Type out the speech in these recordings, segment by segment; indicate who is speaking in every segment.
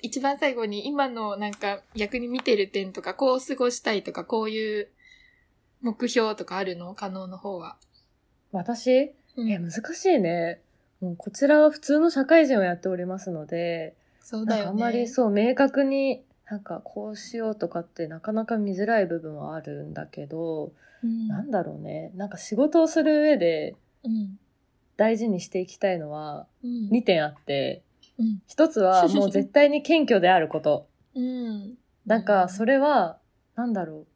Speaker 1: 一番最後に今のなんか逆に見てる点とか、こう過ごしたいとか、こういう目標とかあるの可能の方は。
Speaker 2: 私
Speaker 1: う
Speaker 2: え、
Speaker 1: ん、
Speaker 2: 難しいね。もうこちらは普通の社会人をやっておりますので、
Speaker 1: そう
Speaker 2: な
Speaker 1: だ
Speaker 2: んかあ
Speaker 1: よ
Speaker 2: んまり
Speaker 1: ね。
Speaker 2: そう明確になんかこうしようとかってなかなか見づらい部分はあるんだけど、
Speaker 1: うん
Speaker 2: なんだろうね。なんか仕事をする上で
Speaker 1: うん。
Speaker 2: 大事にしていきたいのは
Speaker 1: うん。
Speaker 2: 2点あって、
Speaker 1: うん。
Speaker 2: 1 つはもう絶対に謙虚であること。
Speaker 1: うん。
Speaker 2: なんかそれは、なんだろう。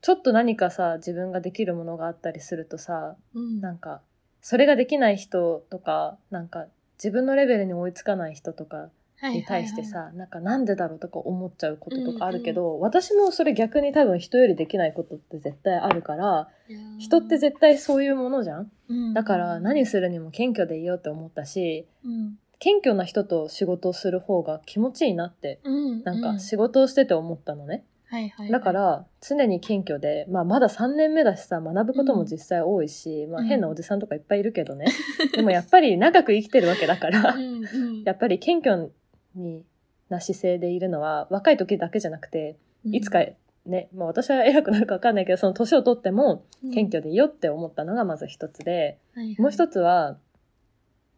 Speaker 2: ちょっと何かさ、自分ができるものがあったりするとさ、
Speaker 1: うん。
Speaker 2: なんかそれができない人とかなんか自分のレベルに追いつかない人とか
Speaker 1: はいはいはい
Speaker 2: に対してさ、、なんかなんでだろうとか思っちゃうこととかあるけど、私もそれ逆に多分人よりできないことって絶対あるから
Speaker 1: いやー
Speaker 2: 人って、絶対そういうものじゃん
Speaker 1: うん
Speaker 2: だから何するにも謙虚でいようって思ったし
Speaker 1: うん。
Speaker 2: 謙虚な人と仕事をする方が気持ちいいなって
Speaker 1: うん。
Speaker 2: なん
Speaker 1: う
Speaker 2: か仕事をしてて思ったのね、
Speaker 1: はいはいはい。
Speaker 2: だから常に謙虚で、まあ、まだ3年目だしさ学ぶことも実際多いし、まあ、変なおじさんとかいっぱいいるけど ね、でもやっぱり長く生きてるわけだか
Speaker 1: う
Speaker 2: ら
Speaker 1: ん、うん、
Speaker 2: やっぱり謙虚にな姿勢でいるのは若い時だけじゃなくていつかね、まあ、私は偉くなるか分かんないけどその年を取っても謙虚でいいよって思ったのがまず一つで、
Speaker 1: うん、
Speaker 2: もう一
Speaker 1: つ、
Speaker 2: つは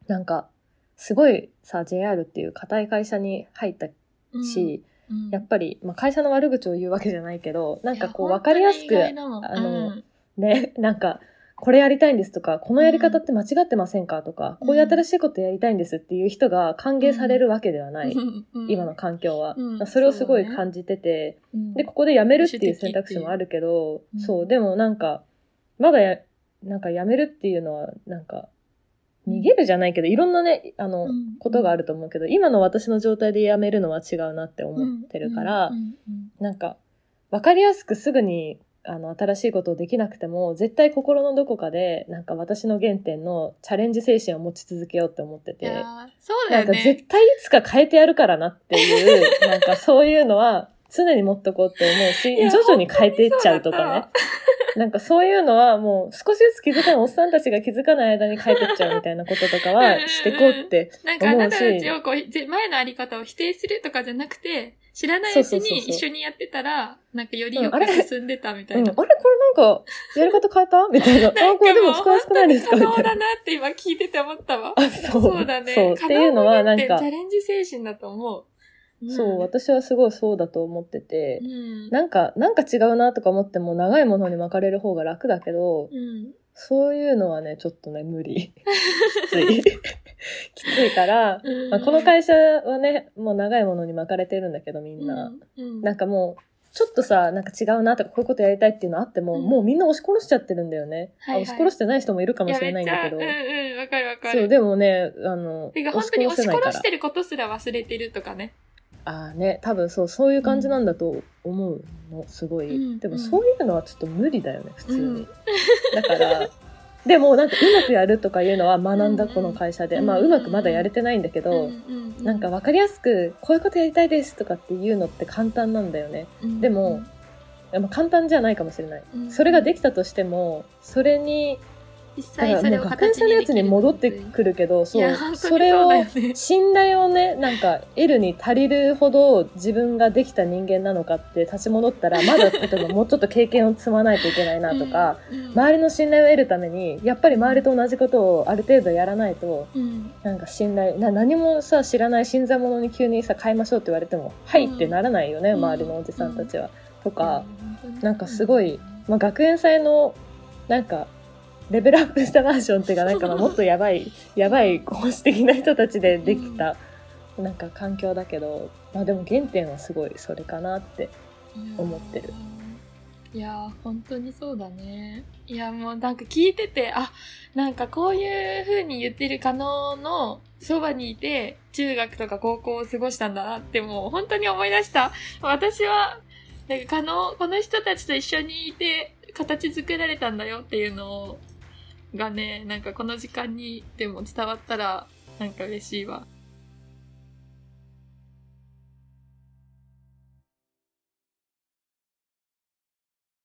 Speaker 2: なんかすごいさ JR っていう固い会社に入った
Speaker 1: うん
Speaker 2: し、、
Speaker 1: うん
Speaker 2: やっぱり、まあ、会社の悪口を言うわけじゃないけど、なんかこう
Speaker 1: いや
Speaker 2: 分かりやす
Speaker 1: 本
Speaker 2: く
Speaker 1: 当、に意外だもん
Speaker 2: あの
Speaker 1: うん
Speaker 2: ね、 なんか、これやりたいんですとか、このやり方って間違ってませんかとか、
Speaker 1: うん
Speaker 2: こういう新しいことやりたいんですっていう人が歓迎されるわけではない、
Speaker 1: うん
Speaker 2: 今の環境は。
Speaker 1: うん
Speaker 2: それをすごい
Speaker 1: そうね
Speaker 2: 感じてて、
Speaker 1: うん
Speaker 2: で、ここで辞めるっていう選択肢もあるけど、
Speaker 1: うん
Speaker 2: そう、でもなんか、まだや、なんか辞めるっていうのは、なんか、逃げるじゃないけど、いろんなね、あの、
Speaker 1: うん
Speaker 2: ことがあると思うけど、今の私の状態で辞めるのは違うなって思ってるから、
Speaker 1: うんうん
Speaker 2: なんか、わかりやすくすぐに、あの、新しいことをできなくても、絶対心のどこかで、なんか私の原点のチャレンジ精神を持ち続けようって思って
Speaker 1: い
Speaker 2: て、
Speaker 1: やーそうだ
Speaker 2: なん
Speaker 1: よ
Speaker 2: か
Speaker 1: ね。
Speaker 2: 絶対いつか変えてやるからなっ ていう、なんかそういうのは常に持っとこうって思うし、
Speaker 1: いや
Speaker 2: 徐々に変えていっちゃうとかね
Speaker 1: 本。
Speaker 2: なんかそういうのはもう少しずつ気づかない、おっさんたちが気づかない間に変えてっちゃうみたいなこととかはしてこうって、
Speaker 1: なんかあなたたちをこう、ぜ前のあり方を否定するとかじゃなくて、知らないうち
Speaker 2: そうそうそう
Speaker 1: に
Speaker 2: そう
Speaker 1: 一緒にやってたら、なんかよりよ
Speaker 2: うん
Speaker 1: く
Speaker 2: あれ
Speaker 1: 進んでたみた
Speaker 2: うん、
Speaker 1: い
Speaker 2: あれ
Speaker 1: な。
Speaker 2: これなんか、やり方変えた みたいな。あ、これでも使いやすくないです
Speaker 1: 可
Speaker 2: かみた
Speaker 1: 能
Speaker 2: いな
Speaker 1: だ。なって今聞いてて思ったわ。
Speaker 2: あ、そう。
Speaker 1: そうだね。
Speaker 2: そう。っ
Speaker 1: 可能
Speaker 2: ていうのは、なん
Speaker 1: でチ
Speaker 2: か、
Speaker 1: ャレンジ精神だと思う。ん
Speaker 2: そう、私はすごいそうだと思ってて
Speaker 1: う、ん。
Speaker 2: なんか、なんか違うなとか思っても、長いものに巻かれる方が楽だけど、
Speaker 1: うん。
Speaker 2: そういうのはね、ちょっとね、無 理。きつい。きついから、
Speaker 1: うん
Speaker 2: まあ、この会社はね、もう長いものに巻かれてるんだけど、みんな。
Speaker 1: うん、
Speaker 2: なんかもう、ちょっとさ、なんか違うなとか、こういうことやりたいっていうのあっても、
Speaker 1: うん
Speaker 2: もうみんな押し殺しちゃってるんだよね。
Speaker 1: はいはい
Speaker 2: あ押し殺してない人もいるかもしれないんだけど。
Speaker 1: いやめっちゃうんうん、わかるわかる。
Speaker 2: そう、でもね、あの、
Speaker 1: てか本当に押し
Speaker 2: ないか
Speaker 1: 殺
Speaker 2: ら
Speaker 1: してることすら忘れてるとかね。
Speaker 2: ああね多分そうそういう感じなんだと思うのすごい、
Speaker 1: うん
Speaker 2: でも
Speaker 1: うん
Speaker 2: そういうのはちょっと無理だよね普通に、
Speaker 1: うん
Speaker 2: だから でもなんかうまくやるとかいうのは学んだこの会社で、
Speaker 1: うんうん
Speaker 2: まあうまくまだやれてないんだけど、
Speaker 1: んう
Speaker 2: なんか、分かりやすくこういうことやりたいですとかっていうのって簡単なんだよね、
Speaker 1: うん
Speaker 2: でも、まあ、簡単じゃないかもしれない、
Speaker 1: うん
Speaker 2: それができたとしてもそれに
Speaker 1: 実際
Speaker 2: だか
Speaker 1: そ
Speaker 2: ら
Speaker 1: れ
Speaker 2: もう
Speaker 1: を
Speaker 2: 学園
Speaker 1: 形
Speaker 2: 者の
Speaker 1: にでき
Speaker 2: や
Speaker 1: る
Speaker 2: つに戻ってくるけど
Speaker 1: い
Speaker 2: そ
Speaker 1: や
Speaker 2: う
Speaker 1: 本当に
Speaker 2: それ
Speaker 1: そうだ
Speaker 2: を
Speaker 1: よね
Speaker 2: 信頼をねなんか得るに足りるほど自分ができた人間なのかって立ち戻ったらまだ例えばもうちょっと経験を積まないといけないなとか、、
Speaker 1: うんうん
Speaker 2: 周りの信頼を得るためにやっぱり周りと同じことをある程度やらないと
Speaker 1: うん
Speaker 2: なんか信頼な何もさ知らない新参者に急にさ変えましょうって言われても「はい」ってならないよね、
Speaker 1: うん
Speaker 2: 周りのおじさんたちは。と
Speaker 1: いや
Speaker 2: か、
Speaker 1: 本当に
Speaker 2: なんかすごいまあ、学園祭のなんかレベルアップしたバージョンっていうかなんかまあもっとやばいやばい公式的な人たちでできた、なんか環境だけど、まあ、でも原点はすごいそれかなって思ってる。
Speaker 1: いやー本当にそうだね。いやもうなんか聞いてて、あ、なんかこういう風に言ってる加納のそばにいて、中学とか高校を過ごしたんだなってもう本当に思い出した。私は、なんか加納、この人たちと一緒にいて形作られたんだよっていうのをがね、なんかこの時間にでも伝わったらなんか嬉しいわ。